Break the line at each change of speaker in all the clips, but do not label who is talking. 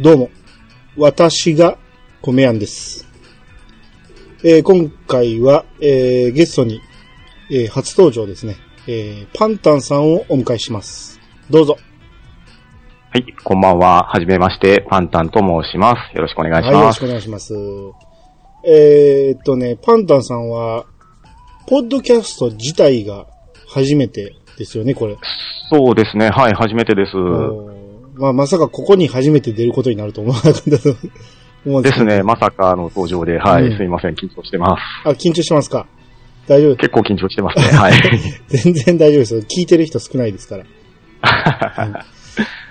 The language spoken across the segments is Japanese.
どうも。私が、米やんです。えー今回は、えーゲストに、えー初登場ですね、えーパンタンさんをお迎えします。どうぞ。
はい、こんばんは。はじめまして、パンタンと申します。よろしくお願いし
はい、よろ
ま
し
す。
くお願いします。えーっとね、パンタンさんは、ポッドキャスト自体が初めてですよね、これ。
そうですね。はい、初めてです。
まあ、まさかここに初めて出ることになると思わなかったと思うんで
で
け
すす
ど。
ね。まさかの登場で、はい、
うん
すいません。緊張してます。
あ、緊張してますか大丈夫
結構緊張してま すね。はい。
全然大丈夫ですよ。聞いてる人少ないですから。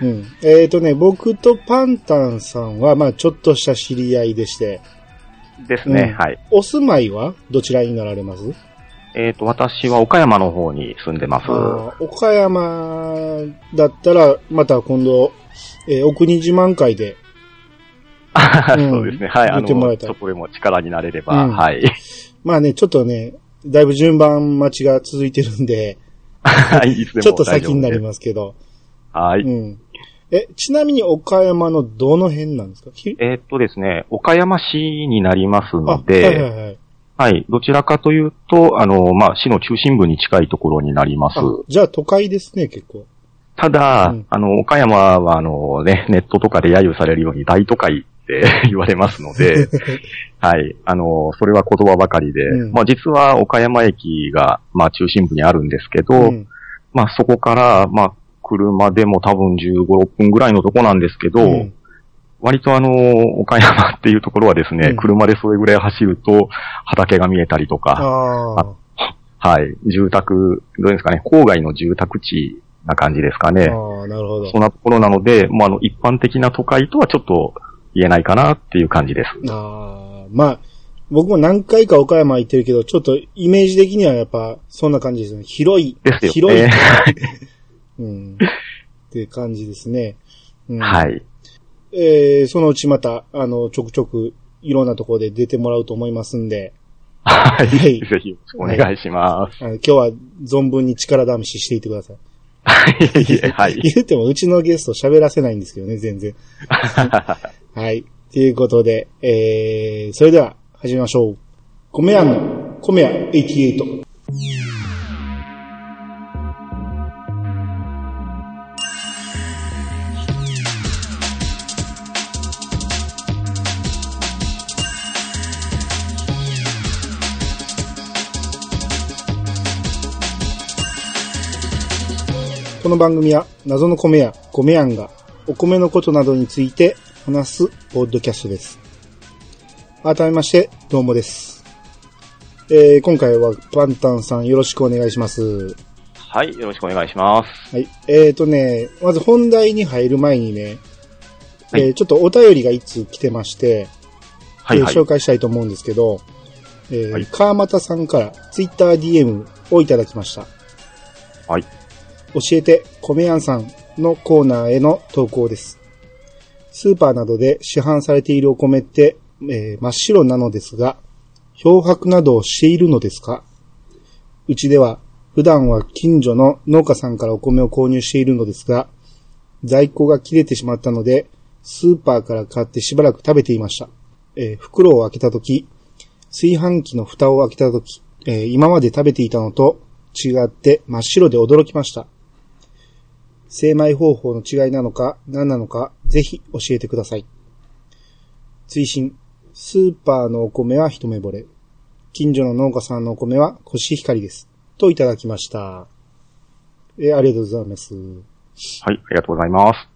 うん。えっ、とね、僕とパンタンさんは、まあちょっとした知り合いでして、
です
うん
ね。はい。
お住まいはどちらになられます
えっ、と、私は岡山の方に住んでます。
あー岡山だったら、また今度、えー、奥に自慢会で、うん
そうですね。はい。あ
見てもらえ
の、
た
そこでも力になれれば、
うん
はい。
まあね、ちょっとね、だいぶ順番待ちが続いてるんで、
はいいつでも
ちょっと先になり
す。
ますけど。
は
う
い。
ん。え、ちなみに岡山のどの辺なんですかひ
えっ、とですね、岡山市になりま
あ、
す
は
の
い
で、
はいはい。
はい。どちらかというと、あの、まあ、市の中心部に近いところになります。
あ、じゃあ都会ですね、結構。
ただ、
うん
あの、岡山は、あの、ね、ネットとかで揶揄されるように大都会って 言われますの で、はい。あの、それは言葉ばかりで、
うん
まあ、実は岡山駅が、まあ、中心部にあるんですけど、
うん
まあ、そこから、まあ、車でも多分15、6分ぐらいのとこなんですけど、
うん
割とあの、岡山っていうところはですね、
うん
車でそれぐらい走ると畑が見えたりとか、
ああ。
はい。住宅、どうですかね、郊外の住宅地な感じですかね。
ああ、なるほど
そ。んなところなので、もうあの、一般的な都会とはちょっと言えないかなっていう感じです。
ああ、まあ、僕も何回か岡山行ってるけど、ちょっとイメージ的にはやっぱ、そんな感じですね。広い。
ですよ
広い
ね。。
うん。って感じですね。うん、
はい。
えー、そのうちまた、あの、ちょくちょく、いろんなところで出てもらうと思いますんで、
はい。
はい
ぜひよろしくお願いします。
あの今日は存分に力試ししていってください。
はい。いえはい。
言っても、うちのゲスト喋らせないんですけどね、全 然。はい。ということで、えー、それでは始めましょう。コメアのコメア88。この番組は謎の米や米あんがお米のことなどについて話すポッドキャストです。改めまして、どうもです。えー、今回はパンタンさんよろしくお願いします。
はい。よろしくお願いします。
はい。えーとね、まず本題に入る前にね、
はい
えーちょっとお便りがいつ来てまして、
はい。
えー
はい。
紹介したいと思うんですけど、えー
はい
川又さんからツイッター DM をいただきました。
はい。
教えて、米やんさんのコーナーへの投稿です。スーパーなどで市販されているお米って、えー真っ白なのですが、漂白などをしているのですかうちでは、普段は近所の農家さんからお米を購入しているのですが、在庫が切れてしまったので、スーパーから買ってしばらく食べていました。えー袋を開けたとき、炊飯器の蓋を開けたとき、えー今まで食べていたのと違って真っ白で驚きました。精米方法の違いなのか何なのかぜひ教えてください。追伸、スーパーのお米は一目惚れ。近所の農家さんのお米はコシヒカリです。といただきました。えーありがとうございます。
はい。ありがとうございます。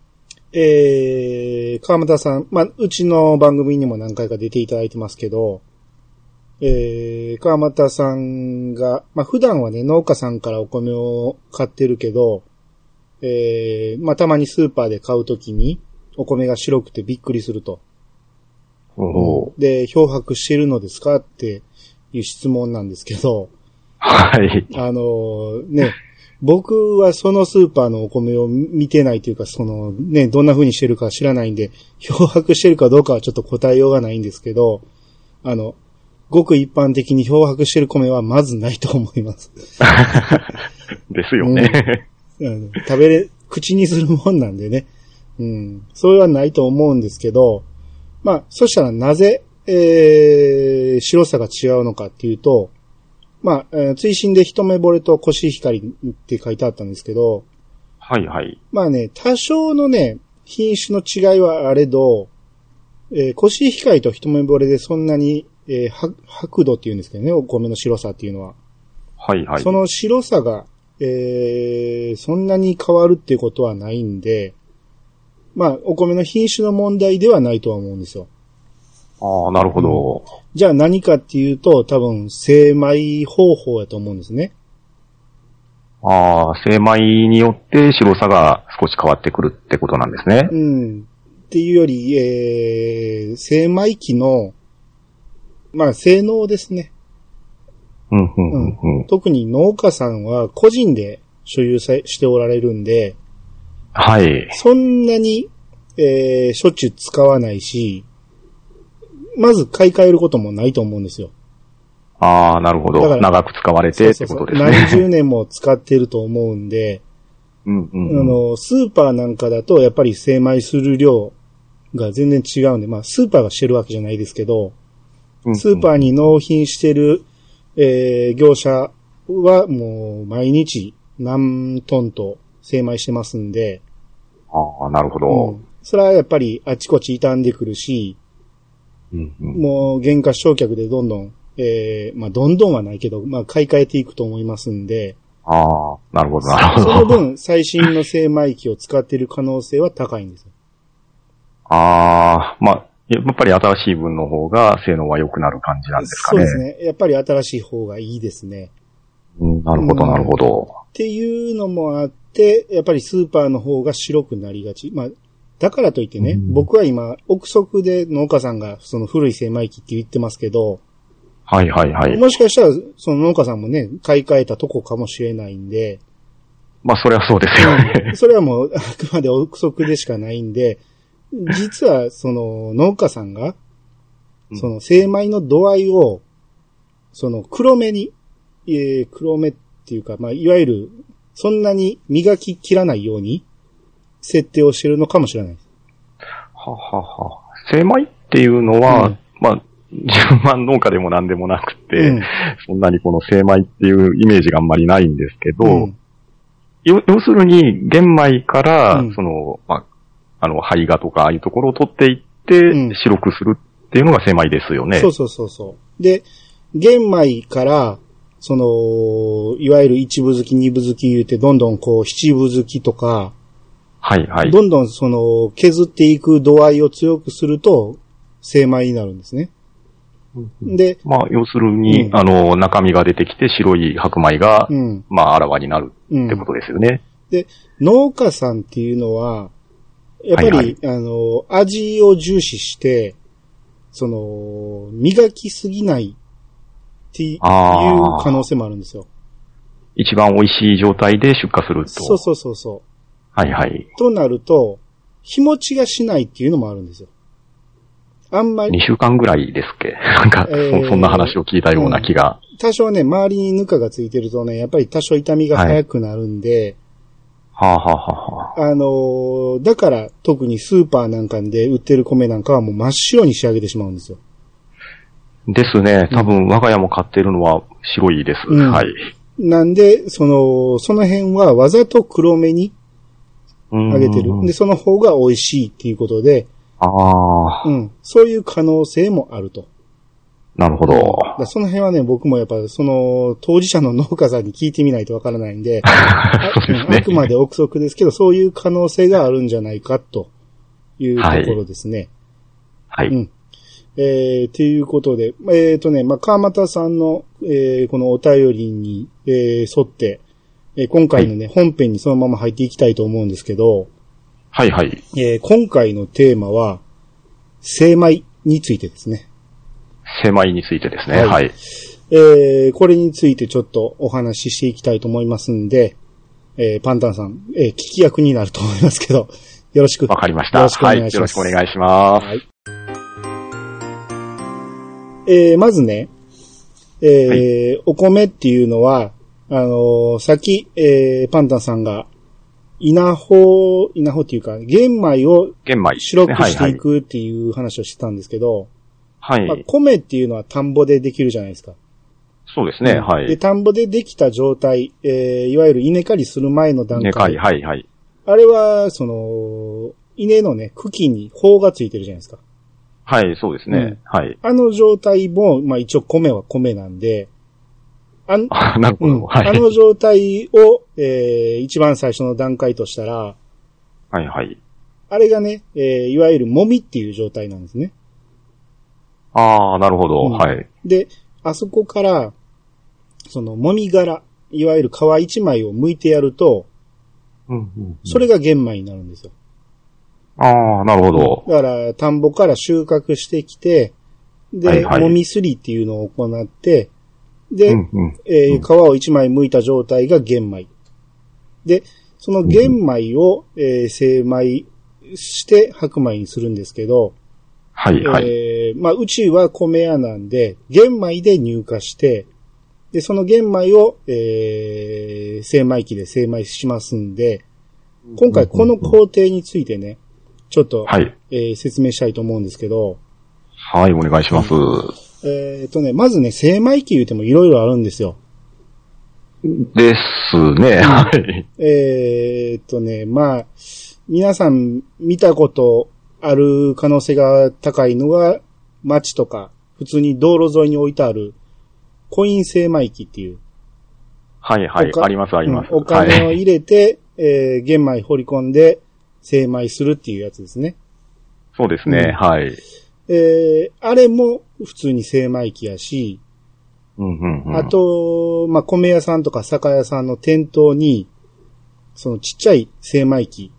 えー、川又さん、まあ、うちの番組にも何回か出ていただいてますけど、えー、川又さんが、まあ、普段はね、農家さんからお米を買ってるけど、えー、まあ、たまにスーパーで買うときに、お米が白くてびっくりすると。
おー
で、漂白してるのですかっていう質問なんですけど、
はい。
あのーね、僕はそのスーパーのお米を見てないというか、そのね、どんな風にしてるか知らないんで、漂白してるかどうかはちょっと答えようがないんですけど、あの、ごく一般的に漂白してる米はまずないと思います。
ですよね。
あの食べれ、口にするもんなんでね。うん。それはないと思うんですけど、まあ、そしたらなぜ、えー、白さが違うのかっていうと、まあ、えー追伸で一目惚れとコシヒカリって書いてあったんですけど、
はいはい。
まあね、多少のね、品種の違いはあれど、えー、コシヒカリと一目惚れでそんなに、えー、は白度っていうんですけどね、お米の白さっていうのは。
はいはい。
その白さが、えー、そんなに変わるっていうことはないんで、まあ、お米の品種の問題ではないとは思うんですよ。
ああ、なるほど。
じゃあ何かっていうと、多分、精米方法やと思うんですね。
ああ、精米によって白さが少し変わってくるってことなんですね
う。ん。っていうより、えー、精米機の、まあ、性能ですね。
うん、うん、うん、うん。
特に農家さんは個人で所有さしておられるんで、
はい。
そんなに、えー、しょっちゅう使わないし、まず買い替えることもないと思うんですよ。
ああ、なるほ
だか
ど。
ら
長く使われてってことですね。
何十年も使ってると思うんで、
うん、う
あ
んうん。
の、スーパーなんかだとやっぱり精米する量が全然違うんで、まあスーパーがしてるわけじゃないですけど、
うん
スーパーに納品してる、えー業者はもう毎日何トンと精米してますんで、
ああ、なるほ
う
ど。
ん、それはやっぱりあちこち傷んでくるし、
うん、うん。
もう原価償却でどんどん、えーまあどんどんはないけど、まあ買い替えていくと思いますんで、
ああ、なるほど、なる
その
ほど。
分最新の精米機を使っている可能性は高いんですよ。
ああ、まあ、やっぱり新しい分の方が性能は良くなる感じなんですか
そう
ね。
ですね。やっぱり新しい方がいいですね。
うん、なるほど、なるほど。
っていうのもあって、やっぱりスーパーの方が白くなりがち。まあ、だからといってね、
うん
僕は今、憶測で農家さんがその古い精米機って言ってますけど、
はい、はい、はい。
もしかしたらその農家さんもね、買い替えたとこかもしれないんで、
まあ、それはそうですよね。
それはもうあくまで憶測でしかないんで、実はその農家さんが、
うん
その精米の度合いを、その黒目に、えー黒目っていうか、まあ、いわゆる、そんなに磨き切らないように、設定をしてるのかもしれない。
ははは。精米っていうのは、
うん
まあ、10万農家でも何でもなくて、
うん
そんなにこの精米っていうイメージがあんまりないんですけど、
うん
よ要するに玄米から、
うん
その、まあ、あの、胚芽とかああいうところを取っていって、
うん
白くするっていうのが精米ですよね。
そうそうそうそう。で、玄米から、その、いわゆる一部好き、二部好き言うて、どんどんこう、七部好きとか、
はいはい。
どんどんその、削っていく度合いを強くすると、精米になるんですね。で、
まあ、要するに、
うん
あの、中身が出てきて白い白米が、
うん。
まあ、あらわになる
う
っ
ん
て。ことですよね。
農家さんっていうのは、やっぱり、
はい
あの、味を重視して、その、磨きすぎないっていう
あー
可能性もあるんですよ。
一番美味しい状態で出荷すると。
そうそうそうそ
はいはい。
う。となると、日持ちがしないっていうのもあるんですよ。あんまり
2、週間ぐらいですっけ なんか、
えー
そそんな話を聞いたような気が。
多少ね、周りにぬかがついてるとね、やっぱり多少痛みが早くなるんで、
はあ、はあはあはあ、
あのーだから特にスーパーなんかで売ってる米なんかはもう真っ白に仕上げてしまうんですよ。
ですね。多分、我が家も買ってるのは白いです。
うん
はい。
なんで、その、その辺はわざと黒目に
あ
上げてる。で、その方が美味しいっていうことで、
ああ、
うん。そういう可能性もあると。
なるほ
だ
ど。
からその辺はね、僕もやっぱその、当事者の農家さんに聞いてみないとわからないん で、あ
そうです
うんあ
ね。
くまで憶測ですけど、そういう可能性があるんじゃないかというところですね。
は
う
い。
んえー、ということで、えー、とね、まあ、川又さんの、えーこのお便りに、えー沿って、えー今回のね、本編にそのまま入っていきたいと思うんですけど、
はいはい。
えー今回のテーマは、精米についてですね。
精米についてです
は
ね。
い
はい。
えーこれについてちょっとお話ししていきたいと思いますんで、えーパンタンさん、えー聞き役になると思いますけど、よろしく。
わかりまし
よろ
た。
しくお願
はいい。
しま
よ
す
ろしくお願いします。
はい。えーまずね、えー
は
お米っていうのは、あのーさっき、えーパンタンさんが、稲穂、稲穂っていうか、玄米を
玄米ですね、
白くしていくっていう話をしてたんですけど、
はい、はい。
まあ、米っていうのは田んぼでできるじゃないですか。
そうですね、
うん
は
で、
い。
田んぼでできた状態、えー、いわゆる稲刈りする前の段
ね、は
階。
い、はい、はい。
あれは、その、稲のね、茎に棒がついてるじゃないですか。
はい、そうですね。
うん
はい。
あの状態も、まあ一応米は米なんで、あん
あ、なるほ
う
ど。
ん、
はい
あ。の状態を、えー、一番最初の段階としたら、
はい、はい。
あれがね、えー、いわゆるもみっていう状態なんですね。
ああ、なるほど。
うん
はい。
で、あそこから、その、もみ殻、いわゆる皮一枚を剥いてやると、
うんうん
それが玄米になるんですよ。
ああ、なるほど。
だから、田んぼから収穫してきて、で、
はいはい
もみすりっていうのを行って、で、
うんうん。
えー
うん
皮を一枚剥いた状態が玄米。で、その玄米を、えー精米して白米にするんですけど、
はい、はい。
えーまあ、うちは米屋なんで、玄米で入荷して、で、その玄米を、えー精米機で精米しますんで、今回この工程についてね、ちょっと、
はい。
えー説明したいと思うんですけど、
はい、お願いします。
えっ、とね、まずね、精米機言うてもいろいろあるんですよ。
ですね。はい。
えーっとね、まあ、皆さん見たことある可能性が高いのが、街とか、普通に道路沿いに置いてある、コイン精米機っていう。
はい、はい
お。か
あります、あります。
うんお
は
金を
い。
入れて、えー玄米掘り込んで、精米するっていうやつですね。
そうです
うん
ね。はい。
えーあれも普通に精米機やし、
うん、うん、うん。
あ、と、まあ、米屋さんとか酒屋さんの店頭に、そのちっちゃい精米機。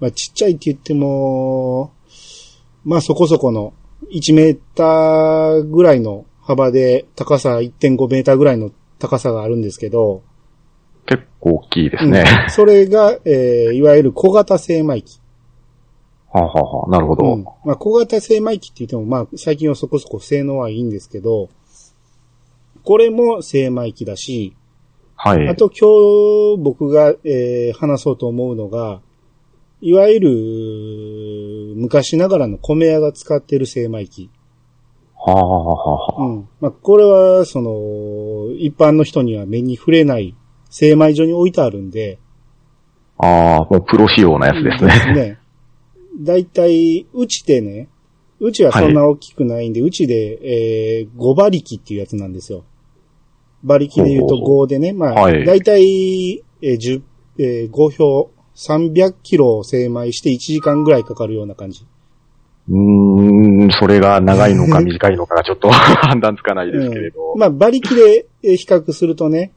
まあ、ちっちゃいって言っても、まあ、そこそこの1メーターぐらいの幅で高さ1.5メーターぐらいの高さがあるんですけど、
結構大きいです ね。
うんそれが、えーいわゆる小型精米機。
はあはあはあなるほ
うん
ど。
まあ、小型精米機って言っても、まあ、最近はそこそこ性能はいいんですけど、これも精米機だし、
はい。
あと今日僕が、えー話そうと思うのが、いわゆる、昔ながらの米屋が使ってる精米機。
はあはあはあ
う
はあ
ん。まあ、これは、その、一般の人には目に触れない精米所に置いてあるんで。
ああ、もうプロ仕様なやつですね。
ね。だいたい、うちでね、うちはそんな大きくないんで、うちで、えー、5馬力っていうやつなんですよ。馬力で言うと
ほうほ
5でね、まあ、
はい
だいたい、えー、10、えー、5票、300キロを精米して1時間ぐらいかかるような感じ。
うーん、それが長い のか短いのかがちょっと 判断つかないですけれど。
うんまあ、馬力でえー比較するとね、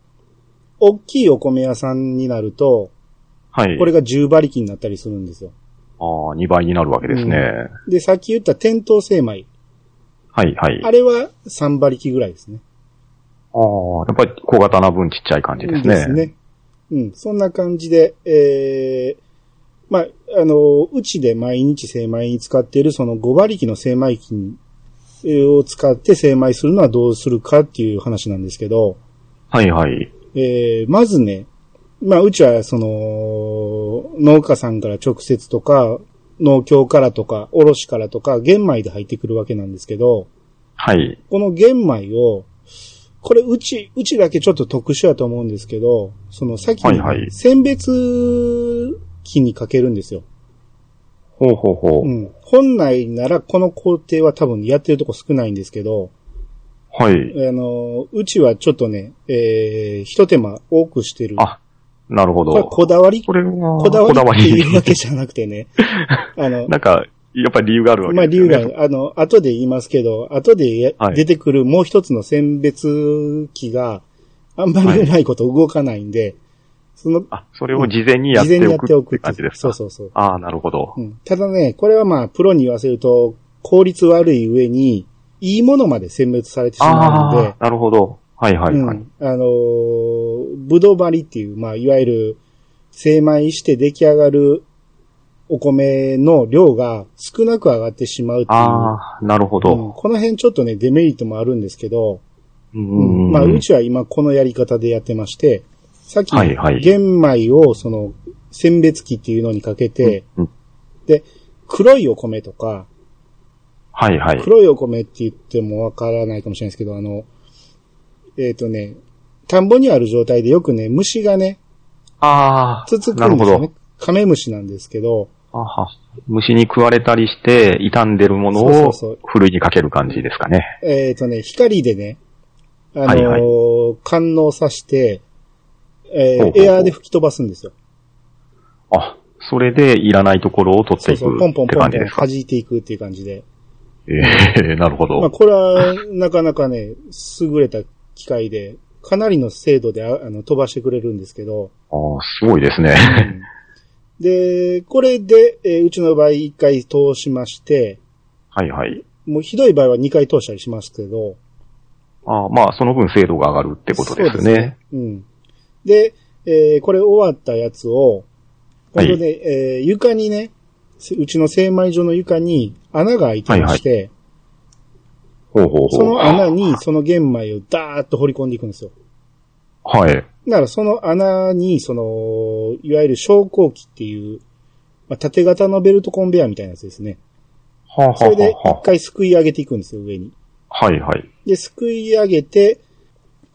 大きいお米屋さんになると、
はい。
これが10馬力になったりするんですよ。
ああ、2倍になるわけですね。
で、さっき言った店頭精米。
はい、はい。あ
あれは3馬力ぐらいですね。
あ、やっぱり小型な分ちっちゃい感じですね。
うん、そんな感じで、ええまあ、あの、うちで毎日精米に使っているその5馬力の精米機にえーを使って精米するのはどうするかっていう話なんですけど、
はい、はい。
えーまずね、まあ、うちはその、農家さんから直接とか、農協からとか、卸からとか、玄米で入ってくるわけなんですけど、
はい。
この玄米を、これうち、うちだけちょっと特殊やと思うんですけど、その先
は
に
いはい
選別機にかけるんですよ。
ほうほうほ
う
う。
ん。本来ならこの工程は多分やってるとこ少ないんですけど、
はい。
あの、うちはちょっとね、えー、一手間多くしてる。
あ、なるほ
これ
ど。
こだわり
これは、
こだわりっていうわけ
り
じゃなくてね。あの、
なんか、やっぱり理由があるわ
まあ
け
理
ですよ
由
ね。
が、あの、後で言いますけど、後でや
はい
出てくるもう一つの選別機があんまりうまいこと動かないんで、その、
あ、それを事前にやっ
事前
て
にや
お
っ
く
ておく
って感じです
そ
か。
うそうそう、
ああ、なるほど。
うん。ただね、これはまあ、プロに言わせると、効率悪い上に、いいものまで選別されてしまうんで
あ、あ、なるほど。はいはいはい。
うん、あのー、ぶどばりっていう、まあ、いわゆる、精米して出来上がるお米の量が少なく上がってしまうっていう。
ああ、なるほ
うん
ど。
この辺ちょっとね、デメリットもあるんですけど、
うん
まあ、うちは今このやり方でやってまして、さっき、
はいはい
玄米をその、選別機っていうのにかけて、
うんうん
で、黒いお米とか、
はいはい。
黒いお米って言ってもわからないかもしれないですけど、あの、えっ、とね、田んぼにある状態でよくね、虫がね、
ああ、
つつく
なんる
で
ほ
すよ
ど
ね。。カメムシなんですけど、
あは虫に食われたりして、傷んでるもの
そうそう
を
そう、
ふるいにかける感じですかね。
えっ、とね、光でね、あのー
はいはい
感応さして、えー
ほうほうほう
エアーで吹き飛ばすんですよ。
あ、それでいらないところを取っ
そ
て
う
いく
そう、ポンポ
っ
ン
て
ポン
感
ポ
じ
ン
ですか
弾。いていくっていう感じで。
ええ、なるほ
まあ、
ど。
これは、なかなかね、優れた機械で、かなりの精度でああの飛ばしてくれるんですけど、
あーすごいですね。
うんで、これで、えーうちの場合1回通しまして、
はいはい。
もうひどい場合は2回通したりしますけど、
あーまあ、その分精度が上がるってことです
そうです
ね。
うん。で、えーこれ終わったやつを、
は
今度
い
ね、えー床にね、せうちの精米所の床に穴が開いてまして、
ほうほうほう。
その穴にその玄米をダーッと掘り込んでいくんですよ。
はい。
だからその穴に、その、いわゆる昇降機っていう、まあ、縦型のベルトコンベヤーみたいなやつですね。
はあ、はあ
それで
は
一回すくい上げていくんですよ、上に。
あ、はいはい。
で、すくい上げて、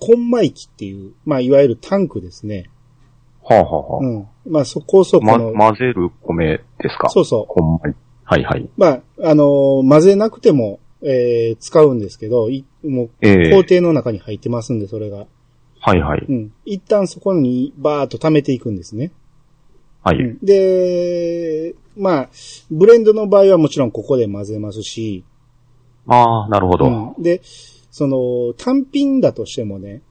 コンマ機っていう、まあ、いわゆるタンクですね。
はあ、はあ、
う
はあ。
ん。まあ、そこそこ
ま、
の、
混ぜる米ですか
そうそう。
ほんまに。はいはい。
まあ、あのー混ぜなくても、えー使うんですけど、いもう、
ええ
工程の中に入ってますんで、それが。
はいはい。
うん。一旦そこにバーッと溜めていくんですね。
は
う
い。
ん、で、まあ、ブレンドの場合はもちろんここで混ぜますし、
ああ、なるほど。
うん、で、その、単品だとしてもね、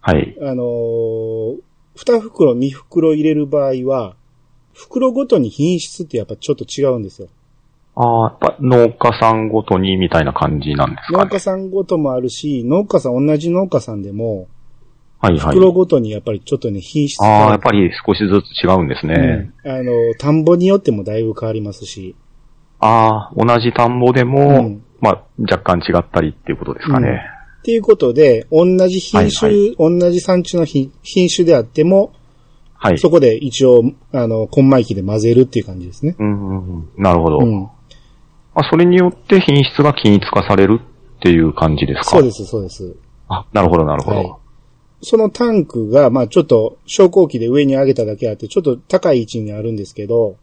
はい。
あのー二袋、三袋入れる場合は、袋ごとに品質ってやっぱちょっと違うんですよ。
ああ、やっぱ農家さんごとにみたいな感じなんですか
農
ね。
家さんごともあるし、農家さん、同じ農家さんでも、
はいはい。
袋ごとにやっぱりちょっとね、品質
ああ、や
が
っぱり少しずつ違うんですね。
うんあの、田んぼによってもだいぶ変わりますし。
ああ、同じ田んぼでも、
うん
まあ、若干違ったりっていうことですかね。
っていうことで、同じ品種、
は
同じ産地の品品種であっても、
はい。
そこで一応、あの、混米機で混ぜるっていう感じですね。
うんうんうん、なるほど、
うん。
まあ。それによって品質が均一化されるっていう感じですか
そうです、そうです。
あ、なるほど、なるほど。
はいそのタンクが、まあちょっと、昇降機で上に上げただけあって、ちょっと高い位置にあるんですけど、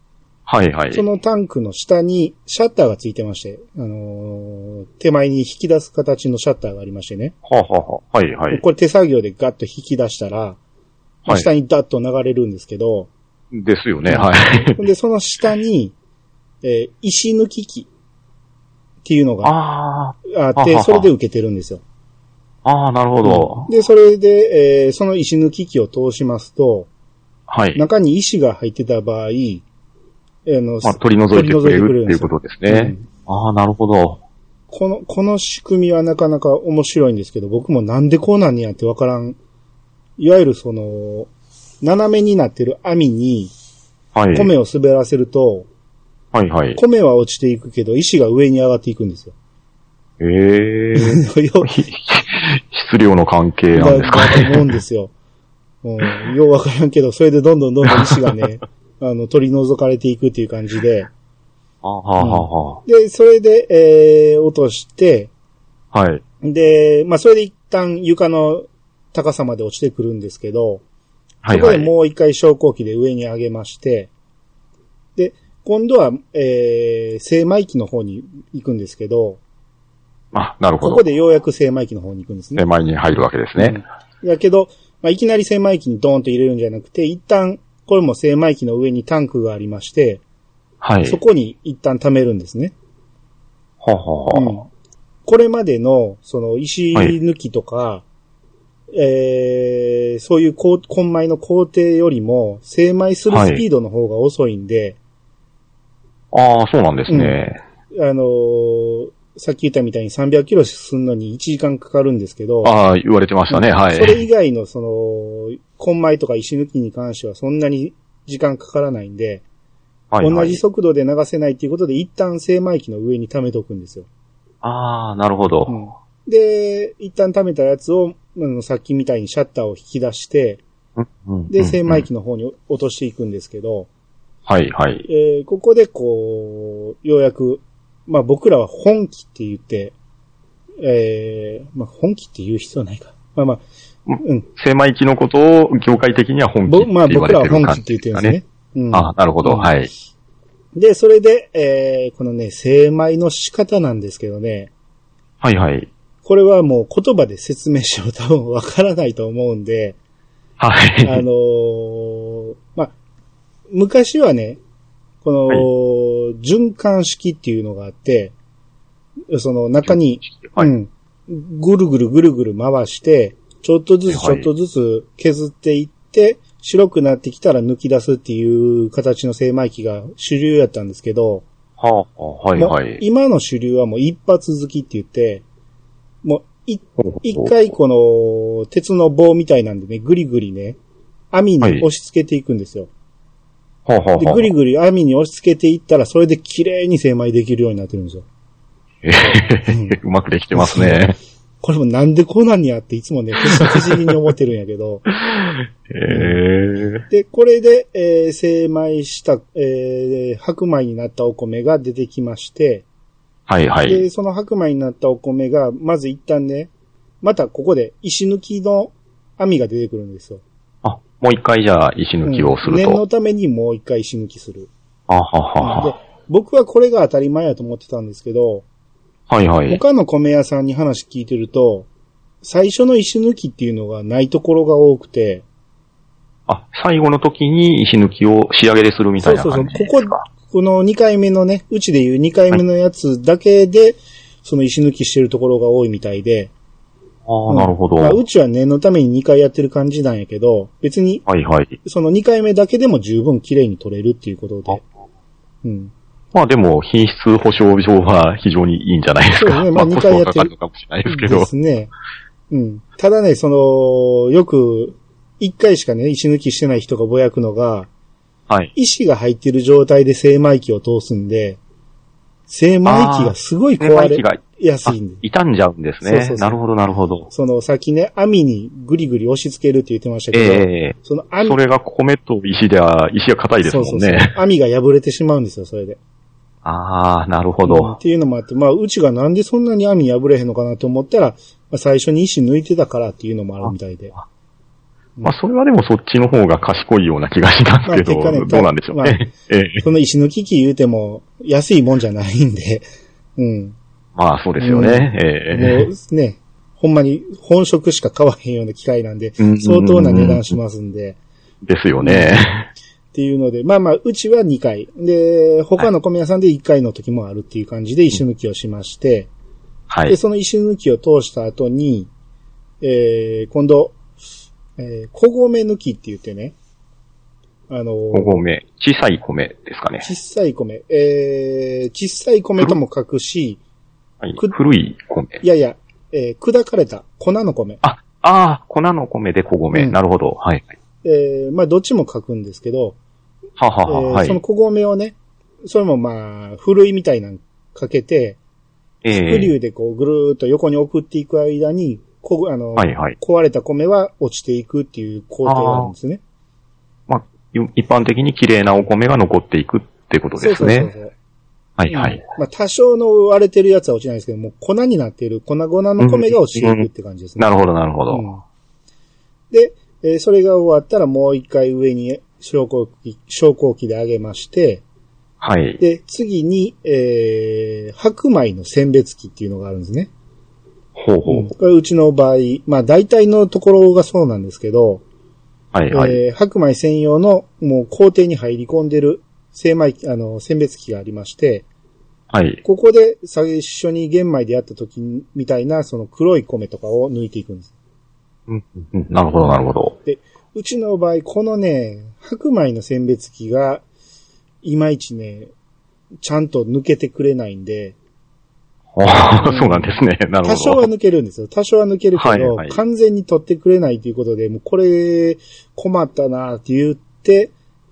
はい、はい。
そのタンクの下にシャッターがついてまして、あのー手前に引き出す形のシャッターがありましてね。
はあ、はあはあ、はい、はい。
これ手作業でガッと引き出したら、まあ
はい
下にダッと流れるんですけど、
ですよね、はい。
ほんで、その下に、えー石抜き機っていうのが
あ
あっ
はは
て、
は
それで受けてるんですよ。
あ、ああ、なるほど。
で、それで、えーその石抜き機を通しますと、
はい。
中に石が入ってた場合、あの、
まあ、取り除いてくれるっていうことです
取り除いてくれる
ね
ん。
ああ、なるほど。
この、この仕組みはなかなか面白いんですけど、僕もなんでこうなんねやってわからん。いわゆるその、斜めになってる網に
はい。
米を滑らせると、
はい、はい。
米は落ちていくけど、石が上に上がっていくん ですよ。
ええ
よ
質量の関係なんですか
だだと思うん
ね。
ですよ。うん、ようわからんけど、それでどんどんどんどん石が ね、あの、取り除かれていくっていう感じで。
あ あ、はあ、は
で、それで、えー、落として、
あ、はい。
で、まあ、それで一旦床の高さまで落ちてくるんですけど、
はい、
そこ
は
で
い。
もう一回昇降機で上に上げまして、で、今度は、えー、精米機の方に行くんですけど、
あ、なるほ
こ
ど。
こでようやく精米機の方に行くんですね
手。前に入るわけですね。
うんだけど、まあ、いきなり精米機にドーンと入れるんじゃなくて、一旦、これも精米機の上にタンクがありまして、
はい。
そこに一旦貯めるんですね。
はあ、はあ、
う
は
んこれまでの、その、石抜きとか、えー、そういうこう混米の工程よりも、精米するスピードの方が遅いんで、
あ。ああ、そうなんですね。
あのーさっき言ったみたいに300キロ進むのに1時間かかるんですけど、
ああ、言われてましたね、は
それ
い。
以外の、その、混米とか石抜きに関してはそんなに時間かからないんで、
はい、は
同じ
い。
速度で流せないっていうことで、一旦精米機の上に溜めとくんですよ。
ああ、なるほど。
うんで、一旦溜めたやつを、あのさっきみたいにシャッターを引き出して、で、精米
機。
機の方に落としていくんですけど、
はい、はい。
えーここでこう、ようやく、まあ僕らは本気って言って、えーまあ本気って言う必要ないか。まあまあ、うん。
精米機のことを業界的には本気っ
ぼ
て
まあ
言わ
僕
れ
ら
て
は本
る感
気っ
じ
て言
で
っ
す
てるん
か
です
ね
ね。。うん、
あ、なるほど、
うん
はい。
で、それで、えーこのね、精米の仕方なんですけどね、
はい、はい。
これはもう言葉で説明しても多分わからないと思うん で、
は
あ
い。
のーまあ、昔はね、この、
は
循環式っていうのがあって、その中に、
はい、
うん、ぐるぐるぐるぐる回して、ちょっとずつち
は
ょ
い
っとずつ削っていって、白くなってきたら抜き出すっていう形の精米機が主流やったんですけど、
はあ、はい、
もう
はい。
今の主流はもう一発好きって言って、もうい
ほうほう
一回この鉄の棒みたいなんでね、ぐりぐりね、網に押し付けていくんですよ。
はあ、はあは
で、
あ
ぐりぐり網に押し付けていったら、それで綺麗に精米できるようになってるんですよ。
えへへへうまくできてますね。
これもなんでこうなんやっていつもね、不思議に思ってるんやけ ど。
へえ。
で、これで、えー精米した、えー白米になったお米が出てきまして、
はい、はい。
で、その白米になったお米が、まず一旦ね、またここで石抜きの網が出てくるんですよ。
あ、もう一回じゃあ石抜きをす
うん
る
念の
と。
ためにもう一回石抜きする。
あはあはあ
で
は
僕はこれが当たり前やと思ってたんですけど、
あ。はい、はい。
他の米屋さんに話聞いてると、最初の石抜きっていうのがないところが多くて、
あ、最後の時に石抜きを仕上げでするみたいな
そうそう
感
そう
じです
こ
か。
この2回目のね、うちでいう2回目のやつだけで、その石抜きしてるところが多いみたいで、
ああ、なるほど。
まあ、う
は
ちは念のために2回やってる感じなんやけど、別に
い、はい。
その2回目だけでも十分綺麗に取れるっていうことで。うん。
まあでも、品質保証上は非常にいいんじゃないですか。
そうですねまあ
コ
二
スト
回や
が
ってる
かかるのかもしれないですけど
で。すね。うん。ただね、その、よく、1回しかね、石抜きしてない人がぼやくのが、
はい。
石が入ってる状態で精米機を通すんで、精米機がすごい
精米
壊
機
れ
が、
やす
あ
いんで、。
傷んじゃうんです
そうそうそ
ね
う。
なるほど、なるほど。
その、さっきね、網にぐりぐり押し付けるって言ってました
え
けど、
え
その
それが米と石では、石が硬いです
そ
も
うそ
ん
うそう
ね。
網が破れてしまうんですよ、それで。
ああ、なるほ
うんっ
ど。
ていうのもあって、まあ、うちがなんでそんなに網破れへんのかなと思ったら、まあ、最初に石抜いてたからっていうのもあるみたいで。
まあ、それはでもそっちの方が賢いような気がしますけど、
まあ結果ね
どうなんでしょうね。 ええ
その石抜き機言うても、安いもんじゃないん で、うん。
まあ、そうですよね。え
もうね、ほんまに本職しか買わへんような機械なんで、
え
相当な値段
う
しますんで、
んです よね。
っていうので、まあまあ、うちは2回。で、他の米屋さんで1回の時もあるっていう感じで石抜きをしまして、
は
で、
い。
その石抜きを通した後に、えー、今度、えー、小米抜きって言ってね、あの
お
ー、
米。小さい米ですかね。
小さい米、えー、小さい米とも書くし、
はい
く
古い米。
いやいや、えー、砕かれた粉の米、
あ、ああ、粉の米で小米。
うん
なるほど。はい。
えー、まあどっちも書くんですけど、
はは
え
は、
ー
はい
その。小米をね、それもまあ、ふるいみたいなのかけて、
え
スクリュ
え
ーでこうぐるーっと横に送っていく間に、こあの、
はいはい。
壊れた米は落ちていくっていう工程があるんですね。
まあ、ゆ一般的に綺麗なお米が残っていくってことですね。
そうそう。
はいはい。
まあ、多少の割れてるやつは落ちないですけど、もう粉になっている粉々の米が落ちていくって感じですね。
なるほど、なるほど。
うんで、えーそれが終わったらもう一回上に昇降機、昇降機で上げまして、
はい。
で、次に、えー、白米の選別機っていうのがあるんですね。
ほうほう。
うんこれうちの場合、まあ大体のところがそうなんですけど、
はいはい。
えー白米専用のもう工程に入り込んでる精米機、あの、選別機がありまして、
はい。
ここで最初に玄米でやった時みたいなその黒い米とかを抜いていくんです。
うんうんなるほど、なるほど。
うちの場合、このね、白米の選別機が、いまいちね、ちゃんと抜けてくれないんで、
ああ
うん
そうなんですね。なる
多少
ほ
は
ど。
抜けるんですよ。多少は抜けるけど、
はいはい
完全に取ってくれないということで、もうこれ、困ったなって言って、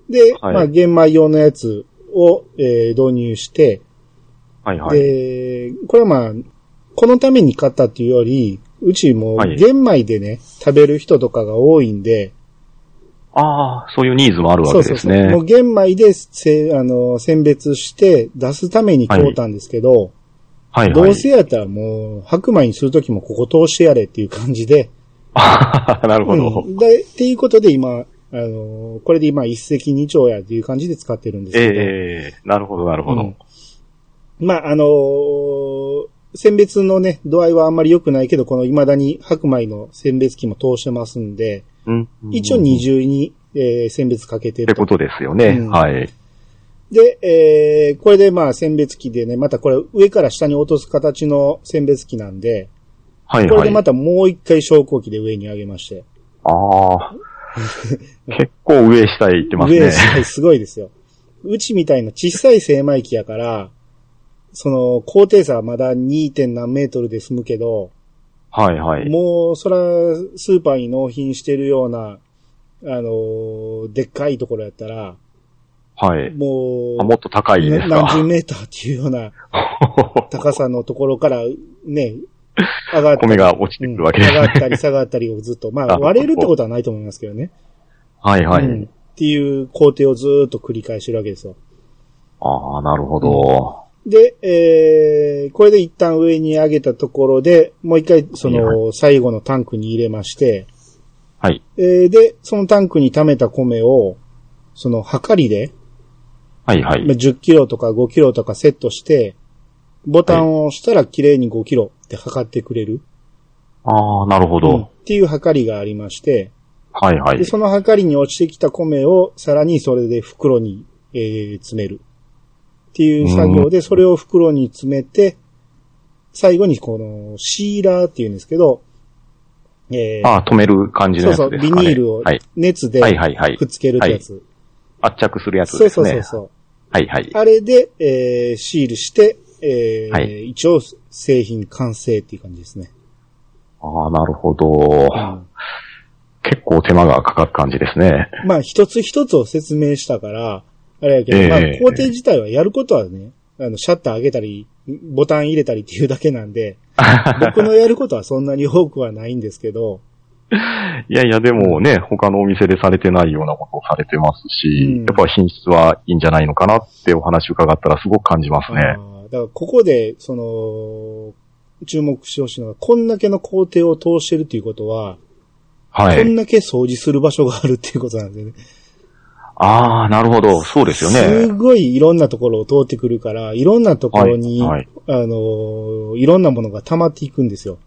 で、
はい
まあ、玄米用のやつを、えー導入して、
はいはい。
で、これはまあ、このために買ったっていうより、うちも
はい
玄米でね、食べる人とかが多いんで、
ああ、そういうニーズもあるわけですね。
もう玄米でせあの選別して出すために買うたんですけど、
はいはい。
どうせやったらもう白米にするときもここ通してやれっていう感じで、
あ あ、なるほど。
うんで、っていうことで今、あのーこれで今一石二鳥やっていう感じで使ってるんです
ええ
けど。
ええなるほど、なるほど。
うんまあ、あのー選別のね、度合いはあんまり良くないけど、この未だに白米の選別機も通してますんで、
うん
一応二重に、えー選別かけて
って
る。
こととですよね。
うん
はい。
で、えーこれでまあ選別機でね、またこれ上から下に落とす形の選別機なんで、
はい
これ
は
で
い。
またもう一回昇降機で上に上げまして。
ああ。結構上下へ行ってます
上
ね。
下すごいですよ。うちみたいな小さい精米機やから、その、高低差はまだ 2. 点何メートルで済むけど、
はいはい。
もう、そら、スーパーに納品してるような、あのーでっかいところやったら、
はい。
もう、
あもっと高いで
な
す
何十
か。
メーターっていうような高さのところから、ね、上がったり
米、が落ちて
う
く
ん上
るわけです
がっ
ね。
たり下がったりをずっと、ま
なる
あ、
ほど
割れるってことはないと思いますけどね。
はいはい。
うんっていう工程をずーっと繰り返してるわけですよ。
ああ、なるほど。
で、えー、これで一旦上に上げたところで、もう一回、その、最後のタンクに入れまして、
はい。
えーで、そのタンクに溜めた米を、その、はかりで、
はいは
まあ
い。
10キロとか5キロとかセットして、ボタンを押したら綺麗に5キロって測ってくれる、
ああ、なるほど。
うんっていうはかりがありまして、
はいはい
で、。そのはかりに落ちてきた米をさらにそれで袋に、えー詰める。っていう作業で、それを袋に詰めて、最後にこのシーラーっていうんですけど、えー
ああ、止める感じの
そうそう、
やつで
ビ
すかね。
ニールを
はい。
熱で
はいはいはい
くっつけるってやつ。
圧着するやつ
そう
です
そう
ね。
そうそう。
はいはい。
あれで、えーシールして、えー
はい
一応製品完成っていう感じですね。
ああ、なるほど。
うん
結構手間がかかる感じですね。
まあ一つ一つを説明したから、あれやけど、
ええ
まあ工程自体はやることはね、あの、シャッター上げたり、ボタン入れたりっていうだけなん で、僕のやることはそんなに多くはないんですけど、
いやいや、でもね、他のお店でされてないようなことをされてますし、
うん
やっぱ品質はいいんじゃないのかなってお話伺ったらすごく感じます
あ
ね。
ーだからここで、その、注目してほしいのは、こんだけの工程を通してるっていうことは、
は
こん
い。
だけ掃除する場所があるっていうことなんですよね。
ああ、なるほど。そうですよ
す
ね。
ごいいろんなところを通ってくるから、いろんなところに、
はいはい
あの、いろんなものが溜まっていくんですよ。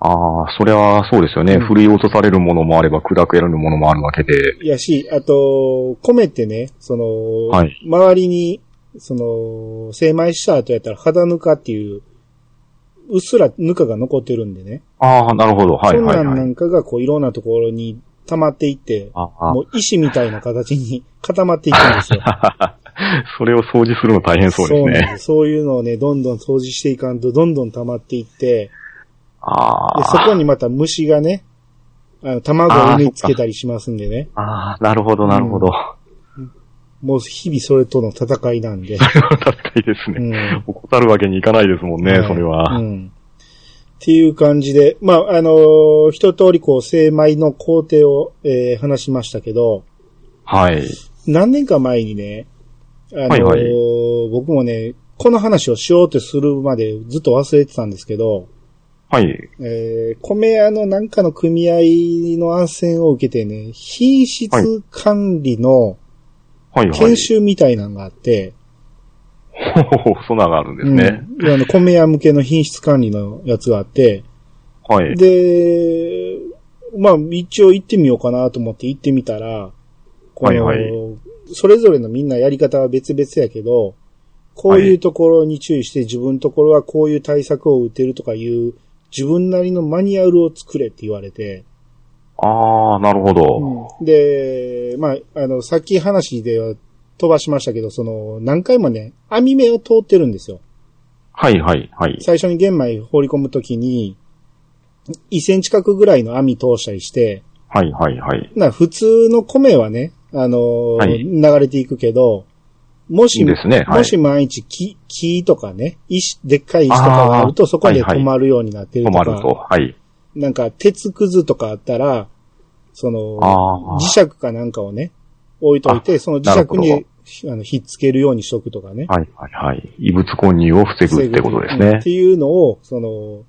ああ、それはそうですよね。
うん
振り落とされるものもあれば、砕けられるものもあるわけで。
やし、あと、米ってね、その、
はい
周りに、その、精米した後やったら肌ぬかっていう、うっすらぬかが残ってるんでね。
ああ、なるほど。はいはい
そんなん
は。
ないんかがこういろんなところに溜まっていって、
ああ
もう石みたいな形に 固まっていくんですよ。
それを掃除するの大変 そうで
な
す
ん
ね。
です。そういうのをね、どんどん掃除していかんと、どんどん溜まっていって、
あ
で、
あ。
そこにまた虫がね、あの、卵を産みつけたりしますんでね。
ああ、なるほど、なるほど。
もう日々それとの戦いなん で。
戦いです
う
ね。
ん
怠るわけにいかないですもんね、
はい
それは。
うん。っていう感じで、まあ、あのー一通りこう、精米の工程を、えー話しましたけど、
はい。
何年か前にね、あのー
はいはい
僕もね、この話をしようとするまでずっと忘れてたんですけど、
はい。
えー米屋のなんかの組合の安全を受けてね、品質管理の
はい、はい。
研修みたいなのがあって、
ほほほ そんなのがあるんですね。
うん、あの米屋向けの品質管理のやつがあって、
はい。
で、まあ、一応行ってみようかなと思って行ってみたら、この、
はいは
それぞれのみんなやり方は別々やけど、こういうところに注意して自分のところはこういう対策を打てるとかいう、自分なりのマニュアルを作れって言われて、
ああ、なるほど。
で、まあ、あの、さっき話では飛ばしましたけど、その、何回もね、網目を通ってるんですよ。
はい、はい、はい。
最初に玄米放り込むときに、1センチ角ぐらいの網通したりして、
はい、はい、はい。
な普通の米はね、あのー
はい
流れていくけど、も
い
し、
いですね。は
も
い。
し万一木、木とかね、石、でっかい石とかがあると、
あー
そこで
はいは
止
い
まるようになってる
止
とか、
まると。はい。
なんか鉄くずとかあったら、その
あ、ー
磁石かなんかをね、置いといて、その磁石
なる
にあのひっつけるようにしとくとかね。
はいはいはい。異物混入を防ぐってことです
うん
ね
っ。ていうのを、その、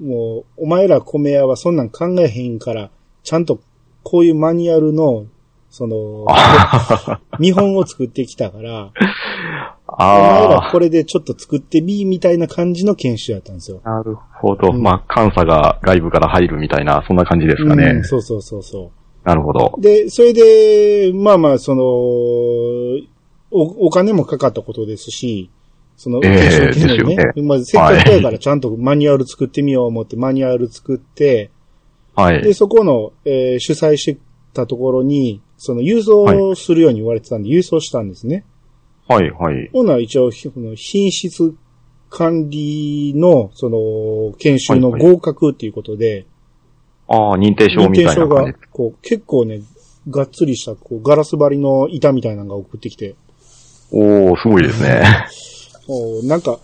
もう、お前ら米屋はそんなん考えへんから、ちゃんとこういうマニュアルの、そ の、見本を作ってきたから、お前
あ
ら
あ、
これでちょっと作ってみ、みたいな感じの研修だったんですよ。
なるほど。
うん
まあ、監査が外部から入るみたいな、そんな感じですか
う
ね
ん、。そうそうそうそう。
なるほど。
で、それで、まあまあ、その、お、お金もかかったことですし、その、
ええ
研修受けるのに
ですよ
まあ、せっかくやからちゃんとマニュアル作ってみよう思って、マニュアル作って、
は
で、
い。
そこの、えー主催してたところに、その、郵送するように言われてたんで、郵送したんですね。
はいはい。
ほな、一応、ひこの品質管理の、その、研修の
はいは
合格っていうことで、
ああ、認定証
認
み
定
たい
証
な感じ
が。、こう、結構ね、がっつりした、こう、ガラス張りの板みたいなのが送ってきて、
おおすごいです ね。
おーなんか、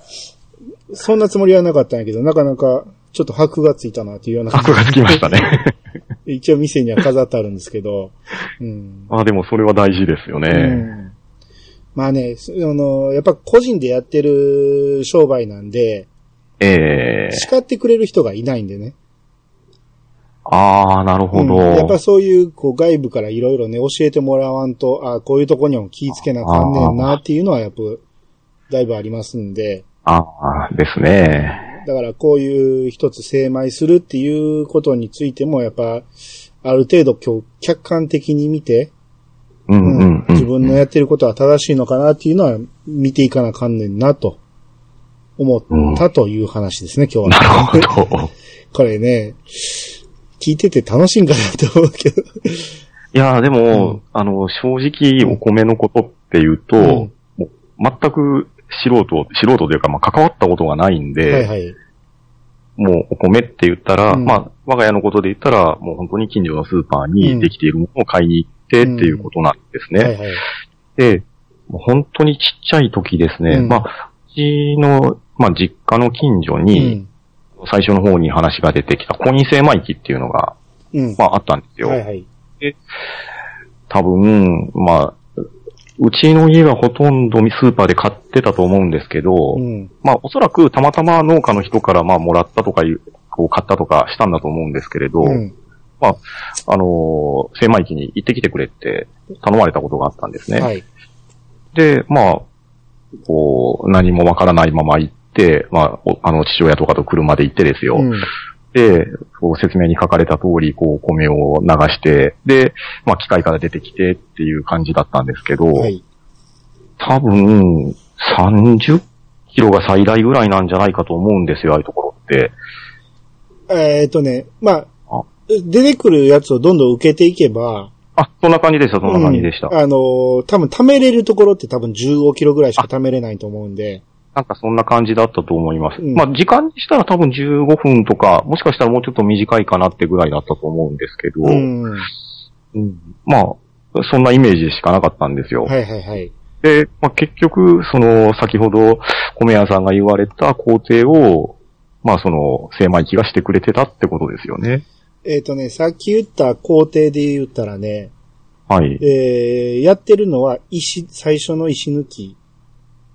そんなつもりはなかったんやけど、なかなか、ちょっと箔がついたなっていうような感
格がつきました ね。
じ。一応店には飾ってあるんですけど、うん。
ああ、でもそれは大事ですよね。
うんまあね、その、やっぱ個人でやってる商売なんで、
ええ
叱ってくれる人がいないんでね。
ああ、なるほど。
うんやっぱそういう、こう、外部からいろいろね、教えてもらわんと、あこういうとこにも気ぃつけなあかんねんなっていうのは、やっぱ、だいぶありますんで、
ああ、ですね。
だからこういう一つ精米するっていうことについても、やっぱ、ある程度今日客観的に見て、
うんうん、うん。
自分のやってることは正しいのかなっていうのは見ていかなあかんねんなと思ったという話ですね、今日
な
は。
るほ ど。
これね、聞いてて楽しいんかなと思うけど。
いやー、でも、
うん
あの、正直、お米のことっていうと、
うん
もう全く素人、素人というか、まあ、関わったことがないん で、
はいはい。
もうお米って言ったら、
うん
まあ、我が家のことで言ったら、もう本当に近所のスーパー
うん
にできているものを買いに行ってっていうことなんですね。
はいはい。
で、もう本当にちっちゃい時ですね、
うん
まあ、うちの、まあ、実家の近所
う
に、
ん。
最初の方に話が出てきた、コニセマイキっていうのが、
うん。
まあ、あったんですよ。
はいはい。
多分、まあ、うちの家がほとんどスーパーで買ってたと思うんですけど、
うん。
まあおそらくたまたま農家の人からまあもらったとかいう、こう買ったとかしたんだと思うんですけれど、
うん。
あのー、精米機に行ってきてくれって頼まれたことがあったんですね。
はい。
で、まあ、こう、何もわからないまま行って、まあ、おあの、父親とかと車で行ってですよ。
うん。
で、こう説明に書かれた通り、こう、米を流して、で、まあ、機械から出てきてっていう感じだったんですけど、
はい。
多分、30キロが最大ぐらいなんじゃないかと思うんですよ、ああいうところって。
えーっとね、まあ
あ、
出てくるやつをどんどん受けていけば、
あ、そんな感じでした、そんな感じでした。
うんあのー多分貯めれるところって多分15キロぐらいしか貯めれないと思うんで、
なんかそんな感じだったと思います。
うん
まあ、時間にしたら多分15分とか、もしかしたらもうちょっと短いかなってぐらいだったと思うんですけど、
うん。は
うんまあ、そんなイメージしかなかったんですよ。
いはいはい。
で、まあ、結局、その、先ほど、米屋さんが言われた工程を、まあ、その、精米機がしてくれてたってことですよね。
えーっ、とね、さっき言った工程で言ったらね、
はい。
えーやってるのは石、最初の石抜き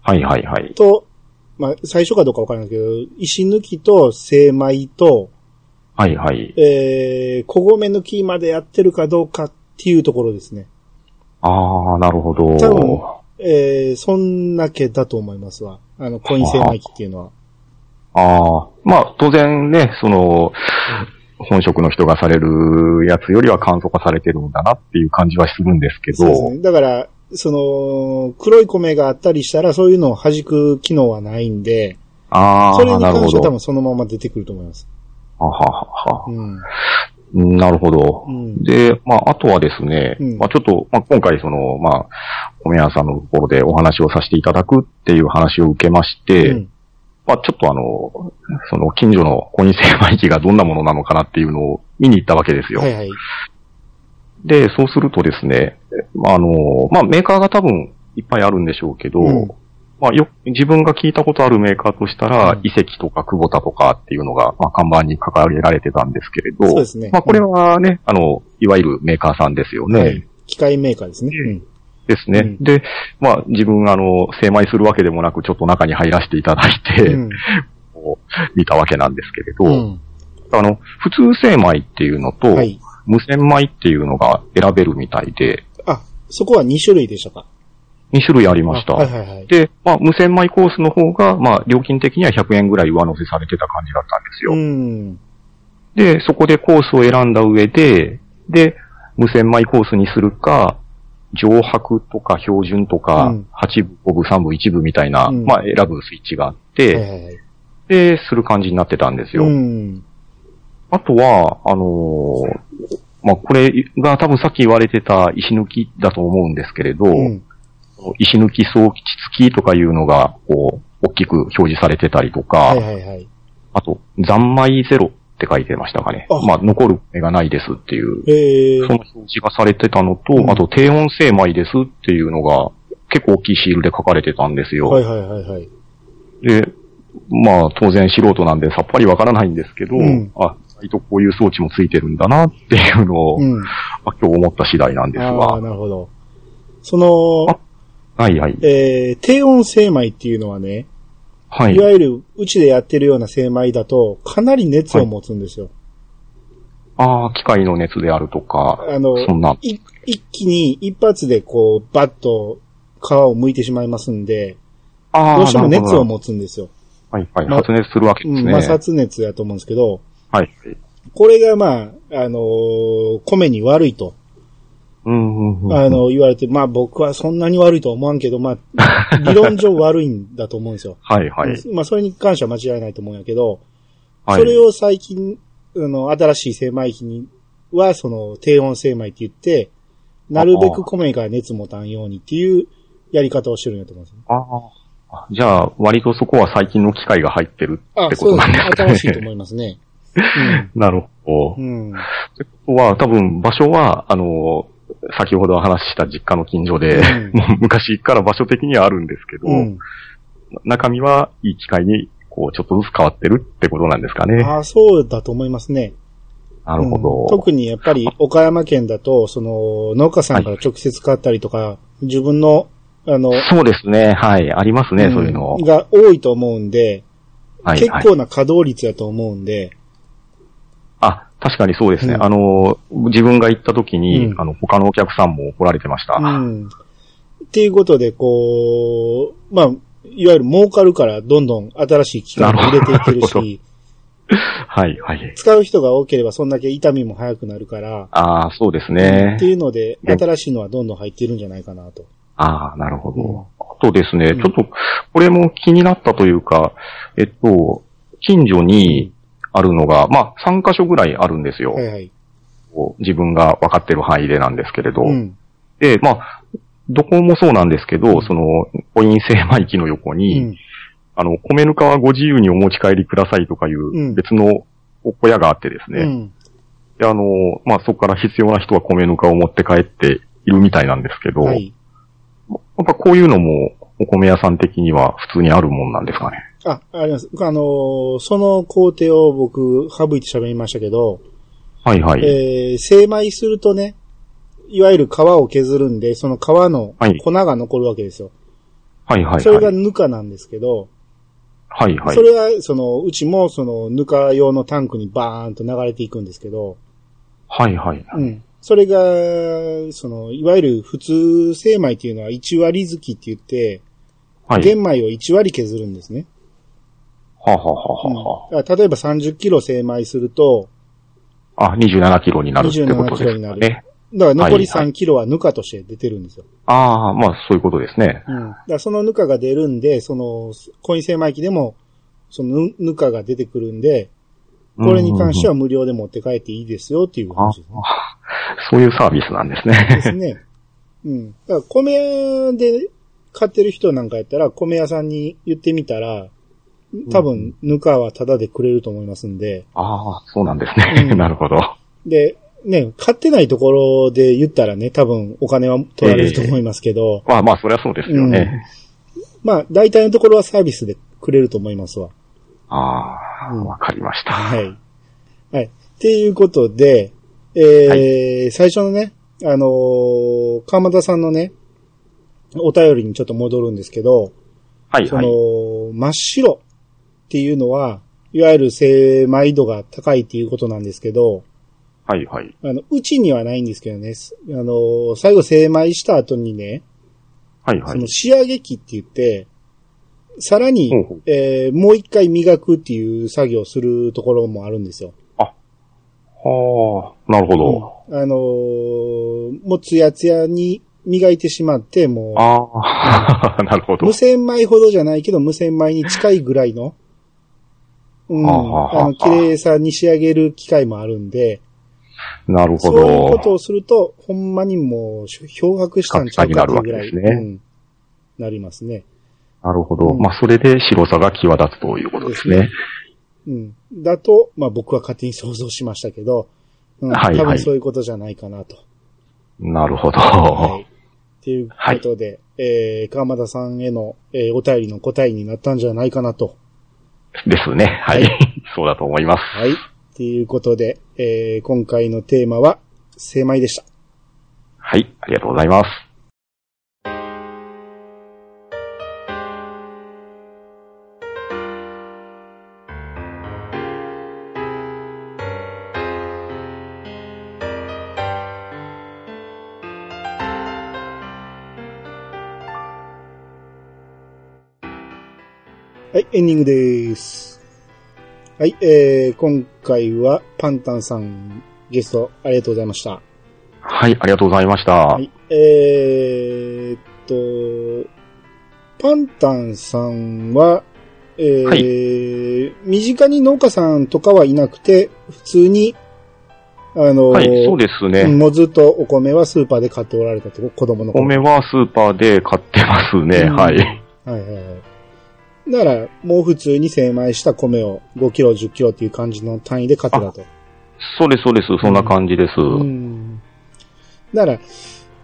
はいはいはい。
と、まあ、最初かどうかわからないけど、石抜きと精米と、
はいはい。
えー、小米抜きまでやってるかどうかっていうところですね。
ああ、なるほど。
多分えー、そんなけだと思いますわ。あの、コイン精米機っていうのは。
ああ。まあ、当然ね、その、本職の人がされるやつよりは簡素化されてるんだなっていう感じはするんですけど。
そうですね。だから、その、黒い米があったりしたら、そういうのを弾く機能はないんで、
あ
それ
あ、
に
なる
関
ほ
しては多
ど。
分そのまま出てくると思います。
はははは
うん。
うんなるほど。
うん
で、まあ、あとはですね、
うん
まあ、ちょっと、まあ、今回その、まあ、米屋さんのところでお話をさせていただくっていう話を受けまして、
うん
まあ、ちょっとあの、その、近所のコニセマイキがどんなものなのかなっていうのを見に行ったわけですよ。
はいはい。
で、そうするとですね、まああの、まあ、メーカーが多分いっぱいあるんでしょうけど、
うん
まあ、よ、自分が聞いたことあるメーカーとしたら、
うん
遺跡とか久保田とかっていうのが、まあ、看板に掲げられてたんですけれど、
そうですね
まあ、これはね、あの、いわゆるメーカーさんですよね。
はい。機械メーカーですね。うん。
ですね。
うん
で、まあ、自分、あの、精米するわけでもなく、ちょっと中に入らせていただいて、
うん
こう見たわけなんですけれど、
うん。
あの、普通精米っていうのと、
はい。
無洗米っていうのが選べるみたいで、
あ、そこは2種類でしたか
2種類ありました。
あはいはいはい。
で、まあ、無洗米コースの方が、まあ、料金的には100円ぐらい上乗せされてた感じだったんですよ。
うん。
で、そこでコースを選んだ上で、で、無洗米コースにするか、上白とか標準とか、
うん
8分、5分、3分、1分みたいな、
うん
まあ、選ぶスイッチがあっ
は
て、
いはいはい。
で、する感じになってたんですよ。
うん。
あとは、あのーまあ、これが多分さっき言われてた石抜きだと思うんですけれど、
うん。
石抜き総吉付きとかいうのが、こう、大きく表示されてたりとか、
はいはいはい。
あと、残米ゼロって書いてましたかね。
あ
まあ、残る絵がないですってい
え
う、その
ー、
表示がされてたのと、
うん
あと、低温精米ですっていうのが、結構大きいシールで書かれてたんですよ。
はいはいはいはい。
で、まあ、当然素人なんでさっぱりわからないんですけど、
うん
あ、意外とこういう装置もついてるんだなっていうのを、
うん。
まあ今日思った次第なんです
ああー、
が。
なるほど。その、
はいはい。
えー、低温精米っていうのはね、
はいい。
わゆるうちでやってるような精米だと、かなり熱を持つんですよ。
ああ、機械の熱であるとか、
あの、
そんな。
い一気に一発でこう、バッと皮を剥いてしまいますんで、
ああ、
どうしても
なるほ
熱
ど
を持つんですよ。
はいはい。
ま
発熱するわけ
う
です
ん、
ね。
摩
はい
擦熱やと思うんですけど、
はい。
これがまあ、あのー米に悪いと、
うんうんうん。
あ、の、言われて、まあ僕はそんなに悪いとは思わんけど、ま あ、理論上悪いんだと思うんですよ。
はいはい。
まあそれに関しては間違いないと思うんやけど、
はい。
それを最近、あの、新しい精米機には、その、低温精米って言って、なるべく米が熱持たんようにっていうやり方をしてるんやと思うんですよ。
ああ。じゃあ、割とそこは最近の機械が入ってるっ
あ、
てこ
そ
と
うで
なんですす
ね新しい
ね。。
と思いますね。
なるほど。
うん。うん。
ってことは、多分場所は、あの、先ほどお話しした実家の近所で、
うん
もう 昔から場所的にはあるんですけど、
うん。
中身はいい機会に、こう、ちょっとずつ変わってるってことなんですかね。
あそうだと思いますね。
なるほど。
うん特にやっぱり岡山県だと、その農家さんから直接買ったりとか、自分の、あの、
そうですね。はい。ありますね、
うん
そういうの。
が多いと思うんで、
はい、
結
はい。
構な稼働率やと思うんで、
あ、確かにそうですね。
うん
あの、自分が行った時に、
うん
あの、他のお客さんも怒られてました。
うん。っていうことで、こう、まあ、いわゆる儲かるからどんどん新しい機械を入れていってる
なるほ
し、
はい、はい。
使う人が多ければそんだけ痛みも早くなるから、
ああ、そうです
っ
ね
て。いうので、
ね
新しいのはどんどん入ってるんじゃないかなと。
ああ、なるほど。
うん
あとですね、
うん
ちょっと、これも気になったというか、えっと、近所にあるのが、まあ、3カ所ぐらいあるんですよ。
はいはい。
こう自分が分かってる範囲でなんですけれど。
うん。
で、まあ、どこもそうなんですけど、その、コイン精米機の横
う
に、
ん。
あの、米ぬかはご自由にお持ち帰りくださいとかい
うん
う別のお小屋があってですね。
うん。
で、あの、まあ、そこから必要な人は米ぬかを持って帰っているみたいなんですけど、
はい。
やっぱこういうのも、お米屋さん的には普通にあるもんなんですかね。
あ、あります。あのーその工程を僕、省いて喋りましたけど、
はいはい。
えー、精米するとね、いわゆる皮を削るんで、その皮の
はい
粉が残るわけですよ。
はいはいはい。
それがぬかなんですけど、
はいはい
そ。れは、その、うちも、その、ぬか用のタンクにバーンと流れていくんですけど、
はいはい。
うん。それが、その、いわゆる普通精米っていうのは1割好きって言って、
はい。
玄米を1割削るんですね。
はあはあはあは
うん、だから例えば30キロ精米すると、
あ。あ、27キロになるってことです
27キロ
か
にな
ね。
だから残り
はいはい
3キロはぬかとして出てるんですよ。
ああ、まあそういうことですね。
うん。だからそのぬかが出るんで、その、コイン精米機でも、そのぬぬかが出てくるんで、これに関して
は。
は無料で持って帰っていいですよっていう
あ
話
そういうサービスなんです
で
ね。
すね。うん。だから米で買ってる人なんかやったら、米屋さんに言ってみたら、多分、ぬかはタダでくれると思いますんで、
ああ、そうなんですね。
うん
なるほど。
で、ね、買ってないところで言ったらね、多分お金は取られると思いますけど、
まあまあ、そりゃそうですよね。
まあ、大体のところはサービスでくれると思いますわ。
ああ、
うん
わかりました。
はい。はい。っていうことで、えー
は
最初のね、あのー川又さんのね、お便りにちょっと戻るんですけど、
はい、
そ
はい。
の、真っ白っていうのは、いわゆる精い度が高いっていうことなんですけど、
はい、はい。
あの、うちにはないんですけどね、すあのー最後精米した後にね、
はい、は
そ
い
の。仕上げ機って言って、さらに
ほうほう、
えーもう一回磨くっていう作業をするところもあるんですよ。
はあ、なるほど。
あのーもうツヤツヤに磨いてしまって、も
あ あ、なるほ
う、
ど
無。洗米ほどじゃないけど、無洗米に近いぐらいの、うん、
はあはあ
あの、綺麗さに仕上げる機会もあるんで、
なるほ
そういうこ
ど
と。をすると、ほんまにもう、漂白したんちゃうかっていうぐらい、
カピカになるわけですね
うん、なりますね。
なるほど。
うん
まあ、それで白さが際立つということです
です
ね。
うん。だと、まあ僕は勝手に想像しましたけど、うん、
はいはい
多分そういうことじゃないかなと。
なるほど。
はい。ということで、えー、川又さんへの、えーお便りの答えになったんじゃないかなと。
ですね。はい。 そうだと思います。
はい。ということで、えー、今回のテーマは、精米でした。
はい。ありがとうございます。
はい、エンディングです。はい、えー、今回はパンタンさんゲストありがとうございました。
はい。ありがとうございました。は。
はいい、えーっと、パンタンさんは、えー
は
身近に農家さんとかはいなくて、普通に、あの、
そうです
う
ね
ん。もうずっとお米はスーパーで買っておられたと、子供の頃。
米はスーパーで買ってますね。
うん
は
は
い。
いはいはい。なら、もう普通に精米した米を5キロ、10キロっていう感じの単位で買ってたと。
そうです、そうです。そんな感じです。
うん。なら、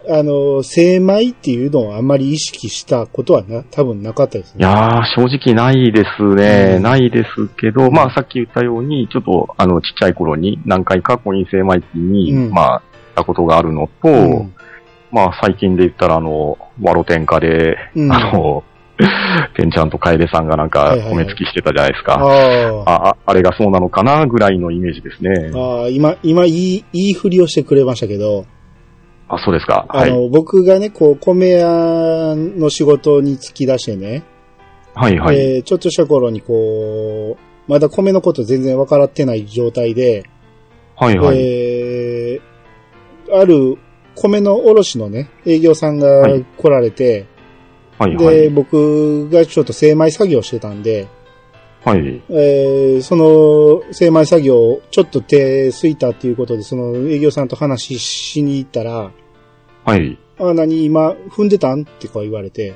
あの、精米っていうのをあんまり意識したことはな、多分なかったです
い
ね。
やー、正直ないですね。
うん
ないですけど、まあさっき言ったように、ちょっとあの、ちっちゃい頃に何回かコイン精米機に、
うん
まあ、行ったことがあるのと、
うん
まあ最近で言ったらあの、ワロ天下で、
うん
あの、 てんちゃんとカエデさんがなん
は
か
いはいはい
米付きしてたじゃないですか。
ああ
ああ、あれがそうなのかなぐらいのイメージですね。
ああ、今、今、いい、いいふりをしてくれましたけど、
あ、そうですか。
あ
はい。
の、僕がね、こう、米屋の仕事に突き出してね、
はいはい。
えーちょっとした頃にこう、まだ米のこと全然わからってない状態で、
はいはい。
えーある米の卸のね、営業さんが
はい
来られて、
はいは
で、
い。
僕がちょっと精米作業してたんで、
はい。
えーその精米作業をちょっと手すいたっていうことで、その営業さんと話ししに行ったら、
はい。
あ、何今踏んでたんってこう言われて、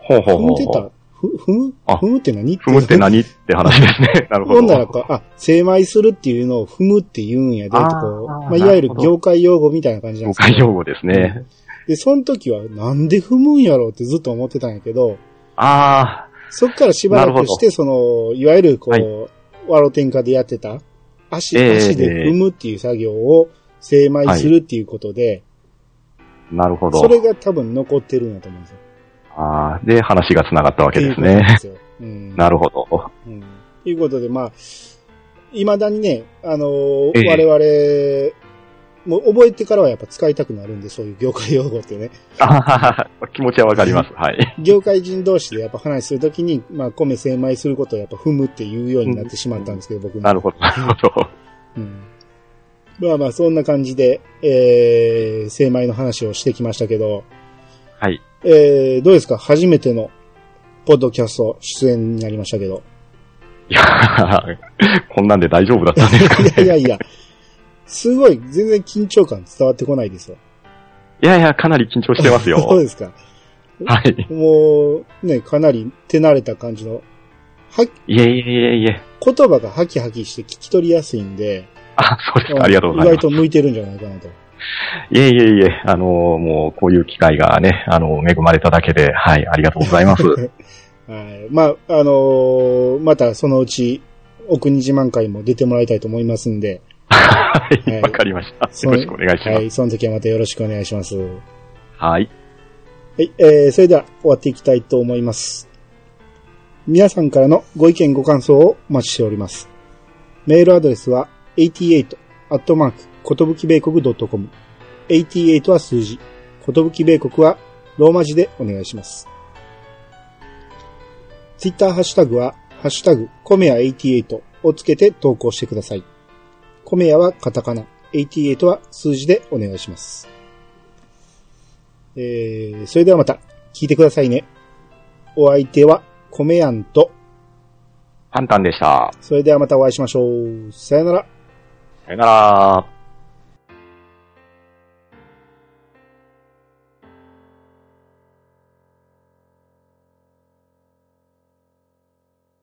ほうほ
踏
うほ
ん
う
で
ほ
た
う。
ふ踏む
あ
踏むって何
踏むって何って話ですね。 なるほ
ほ
ど。
んならこう、あ、精米するっていうのを踏むって言うんやで、とこ
あー
う、ま
なるほ
あ、
ど
いわゆる業界用語みたいな感じなんで
誤
すけ
解
ど。
用語ですね。
で、その時はなんで踏むんやろうってずっと思ってたんやけど、
あ
そっからしばらくして、その、いわゆるこう、
はい
ワロ天下でやってた、足、
ええ
足で踏むっていう作業を精米するっていうことで、
あ、なるほど。
それが多分残ってるんやと思うんですよ。
ああ、で、話が繋がったわけです
っていうことなん
ね
で。すよ。うん
なるほど。
うんということで、まあ、未だにね、あのー
ええ
我々、もう覚えてからはやっぱ使いたくなるんで、そういう業界用語ってね。
あははは気持ちはわかります。はい。
業界人同士でやっぱ話するときに、まあ、米精米することをやっぱ踏むっていうようになってしまったんですけど、僕も。
なるほど、なるほど。
うん。まあまあ、そんな感じで、えー、精米の話をしてきましたけど、
はい。
えー、どうですか初めての、ポッドキャスト出演になりましたけ ど。
いやこんなんで大丈夫だったんですかね。
いやいやいや、すごい、全然緊張感伝わってこないですよ。
いやいや、かなり緊張してま すよ。
そうですか。
はい。
もう、ね、かなり手慣れた感じの、は、
いえいえいえいえ。
言葉がハキハキして聞き取りやすいんで、
あ、そうですか。ありがとうござ
意
いま
外
す。
と向いてるんじゃないかなと。
いえいえいえ、あのもうこういう機会がね、あの恵まれただけで、はい、ありがとうございます。
はい。まあ、あのーまたそのうち、お国自慢会も出てもらいたいと思いますんで、
はい
はい
わかりました。よろしくお願いしま
は
す。
い。その時はまたよろしくお願いします。は
はい。
い。えー、それでは終わっていきたいと思います。皆さんからのご意見ご感想をお待ちしております。メールアドレスは88アットマーク、ことぶき米国 .com。88は数字、ことぶき米国はローマ字でお願いします。ツイッターハッシュタグは、ハッシュタグ、コメヤ88をつけて投稿してください。コメヤはカタカナ、88は数字でお願いします。えー、それではまた、聞いてくださいね。お相手は、コメヤンと、
パンタンでした。
それではまたお会いしましょう。さよなら。
さよなら。